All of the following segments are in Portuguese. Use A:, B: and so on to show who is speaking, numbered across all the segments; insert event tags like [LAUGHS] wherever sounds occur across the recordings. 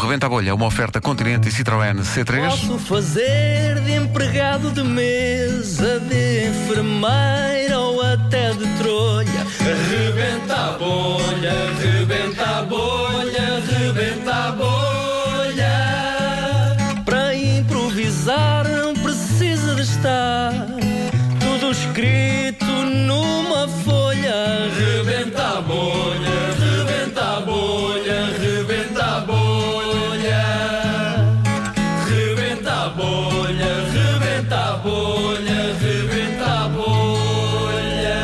A: Rebenta a bolha, uma oferta Continente e Citroën C3.
B: Posso fazer de empregado de mesa, de enfermeira ou até de trolha.
C: Rebenta a bolha, rebenta a bolha, rebenta a bolha.
B: Para improvisar não precisa de estar tudo escrito numa folha.
C: Rebenta a bolha, rebenta a bolha, rebenta a bolha. Rebenta a bolha, rebenta a bolha, rebenta a bolha.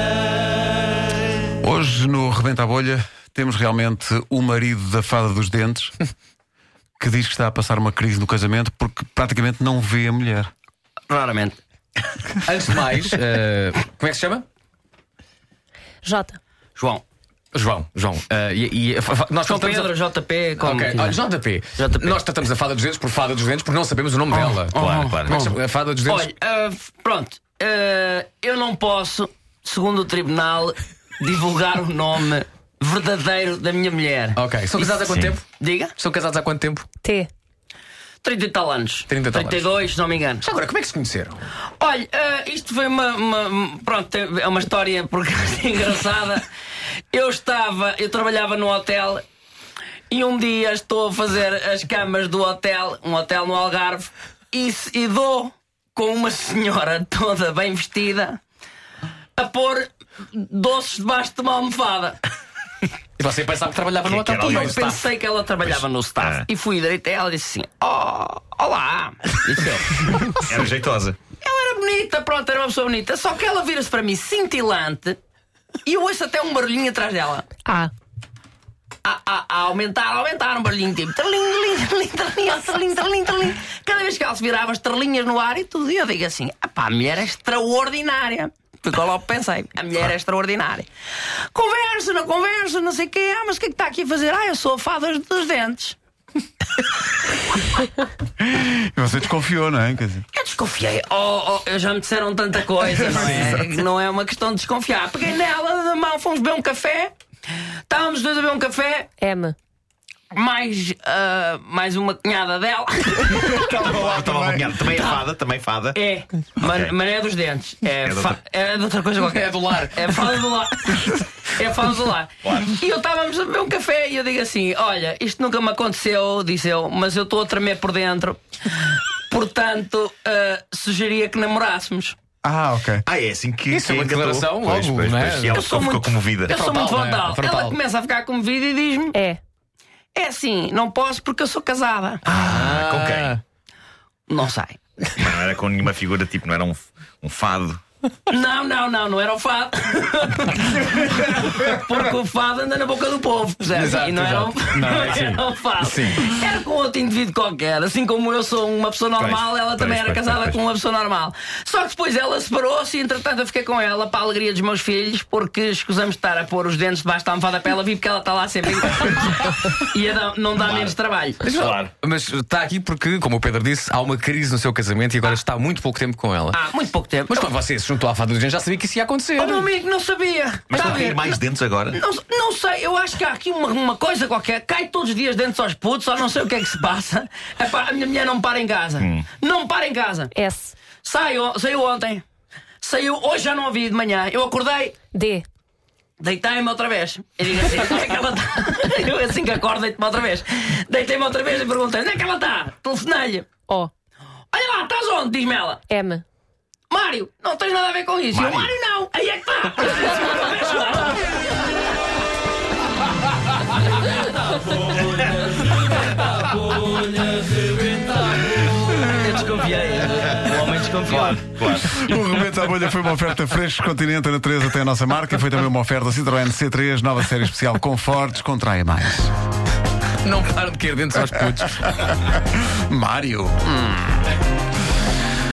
A: Hoje no Rebenta a bolha temos realmente o marido da fada dos [LAUGHS] dentes que diz que está a passar uma crise no casamento porque praticamente não vê a mulher.
D: [LAUGHS]
E: Raramente. Antes de mais, eh, como é que se chama?
F: Jota.
E: João.
D: João, João, ah, e, e- fa- fa- nós
E: João
D: tratamos
E: Pedro, JP,
D: a...
E: como
D: Ok,
E: que-
D: olha, JP,
E: JP.
D: Nós tratamos a fada dos dentes por fada dos dentes porque não sabemos o nome dela.
E: claro, claro.
D: Como é que se chama? A fada dos dentes.
E: Olha, ah, f- pronto, ah, eu não posso, segundo o tribunal, divulgar o nome verdadeiro da minha mulher.
D: ok, são casados há quanto tempo?
E: Diga,
D: São casados há quanto tempo?
F: T.
E: 30 e tal anos.
D: 30 e tal anos.
E: 32, se não me engano.
D: Já agora, como é que se conheceram?
E: Olha, ah, isto foi uma, uma- Pronto, é uma história por acaso [LAUGHS] engraçada. Eu estava, eu trabalhava no hotel e um dia estou a fazer as camas do hotel, um hotel no Algarve, e, se- e dou com uma senhora [LAUGHS] toda bem vestida a pôr doces debaixo de uma almofada.
D: E você pensava que trabalhava no hotel
E: E eu
D: também.
E: pensei que ela trabalhava no staff. E fui direito a ela e disse assim: Oh, olá!
D: é
E: Disse eu.
G: Era jeitosa.
E: Ela era bonita, pronto, era uma pessoa bonita. Só que ela vira-se para mim cintilante e eu ouço até um barulhinho atrás dela.
F: A.
E: A, a, a aumentar, a aumentar um barulhinho tipo terlim, terlim, terlim, terlim, terlim, terlim. Cada vez que ela se virava as terlinhas no ar e tudo, e eu digo assim: "Ah pá, a mulher é extraordinária. Ficou logo pensei, a mulher é extraordinária. Conversa, não conversa, não sei o quê, ah, mas o que é que está aqui a fazer? Ah, eu sou a fada dos dentes.
A: E você desconfiou, não é? Quer dizer,
E: Eu desconfiei. Oh, oh, eu já me disseram tanta coisa, não [LAUGHS] é? não é uma questão de desconfiar. Peguei nela da mão, fomos beber um café. Estávamos dois a beber um café,
F: M.
E: mais, ah, mais uma cunhada [LAUGHS] dela.
G: Estava lá, estava acompanhado. Também é fada, também fada.
E: É, man, mané dos dentes. É,
G: É de
E: fa-
G: outra-
E: é de outra coisa qualquer. [LAUGHS] É do lar. É fala do [LAUGHS] lar. É fala do lar. E eu estávamos a beber um café e eu digo assim: Olha, isto nunca me aconteceu, disse eu, mas eu estou a tremer por dentro. Portanto, ah, sugeria que namorássemos.
A: Ah, ok.
G: Ah, é assim que.
D: Isso é
G: que
D: uma
G: engatou.
D: declaração
G: Pois,
D: logo,
G: pois,
D: não é?
G: pois. E ela
E: Eu sou
G: ficou
E: muito-
G: comovível.
E: Eu sou
D: Frontal,
E: muito
D: não é?
E: frontal. Ela
D: Frontal.
E: começa a ficar comovida e diz-me:
F: E.
E: É assim, não posso porque eu sou casada.
G: Ah, com quem?
E: Não sai.
G: Não era com nenhuma figura, tipo, não era um, um fado.
E: Não, não, não, não era o
D: [LAUGHS]
E: fado. porque o fado anda na boca do povo, percebes?
D: Exato,
E: e não era, um,
D: exato. Não,
E: [LAUGHS] não
D: é assim.
E: era um fado. Era com outro indivíduo qualquer. Assim como eu sou uma pessoa normal,
G: Pois,
E: ela
G: pois,
E: também era
G: pois,
E: casada
G: pois, pois.
E: com uma pessoa normal. Só que depois ela separou-se e entretanto eu fiquei com ela para a alegria dos meus filhos, porque escusamos de estar a pôr os dentes debaixo da almofada para ela vir, porque ela está lá
D: [LAUGHS]
E: sempre. e a dar- não dá menos trabalho.
D: Mas,
G: Claro.
D: Mas está aqui porque, como o Pedro disse, há uma crise no seu casamento e agora está há muito pouco tempo com ela.
E: Há Ah, muito pouco tempo.
D: Mas quando você se juntou à fada dos dentes já sabia que isso ia acontecer.
E: O meu amigo não sabia. Está
G: Mas estão
E: a
G: a
E: ver?
G: cair mais dentes agora?
E: Não, não sei, eu acho que há aqui uma, uma coisa qualquer. Cai todos os dias dentro aos putos, só não sei o que é que se passa. [LAUGHS] Epá, a minha mulher não para em casa. Não para em casa.
F: S.
E: Saiu, saiu ontem. Saiu, hoje já não a vi de manhã. Eu acordei,
F: D.
E: deitei-me outra vez. Eu digo assim, [LAUGHS] onde é que ela está? Eu assim que acordo, deito-me outra vez. Deitei-me outra vez e perguntei, onde é que ela está? Telefonei-lhe.
F: O.
E: Olha lá, estás onde? Diz-me ela.
F: M.
E: Mário, não tens nada a ver com isso. Mário, eu, Mário não, aí é que está. Eu desconfiei. O homem desconfiou.
G: Claro.
A: O Rebenta à Bolha foi uma oferta fresca Continente, a natureza tem a nossa marca e foi também uma oferta Citroën C3, nova série especial Confortes, contrai mais.
D: Não param de cair dentes aos putos.
A: Mário.